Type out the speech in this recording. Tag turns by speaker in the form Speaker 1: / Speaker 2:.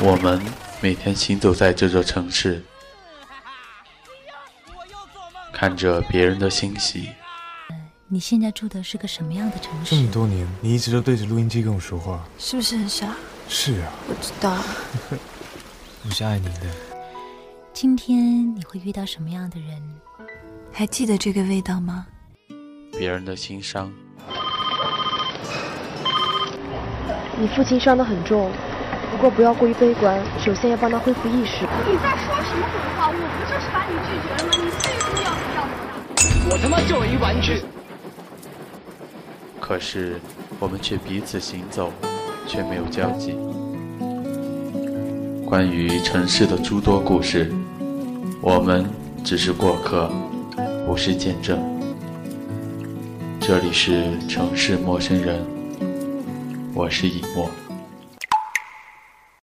Speaker 1: 我们每天行走在这座城市，看着别人的欣喜。
Speaker 2: 你现在住的是个什么样的城市？
Speaker 3: 这么多年，你一直都对着录音机跟我说话，
Speaker 4: 是不是很傻？
Speaker 3: 是啊，
Speaker 4: 我知道，
Speaker 3: 我是爱你的。
Speaker 2: 今天你会遇到什么样的人？
Speaker 4: 还记得这个味道吗？
Speaker 1: 别人的心伤，
Speaker 5: 你父亲伤得很重，不过不要过于悲观，首先要帮他恢复意识。
Speaker 6: 你在说什么鬼话？我不就是把你拒绝了吗？你自己不要不要
Speaker 7: 我他妈就一玩具。
Speaker 1: 可是我们却彼此行走，却没有交集。关于城市的诸多故事，我们只是过客，不是见证。这里是城市陌生人，我是以沫。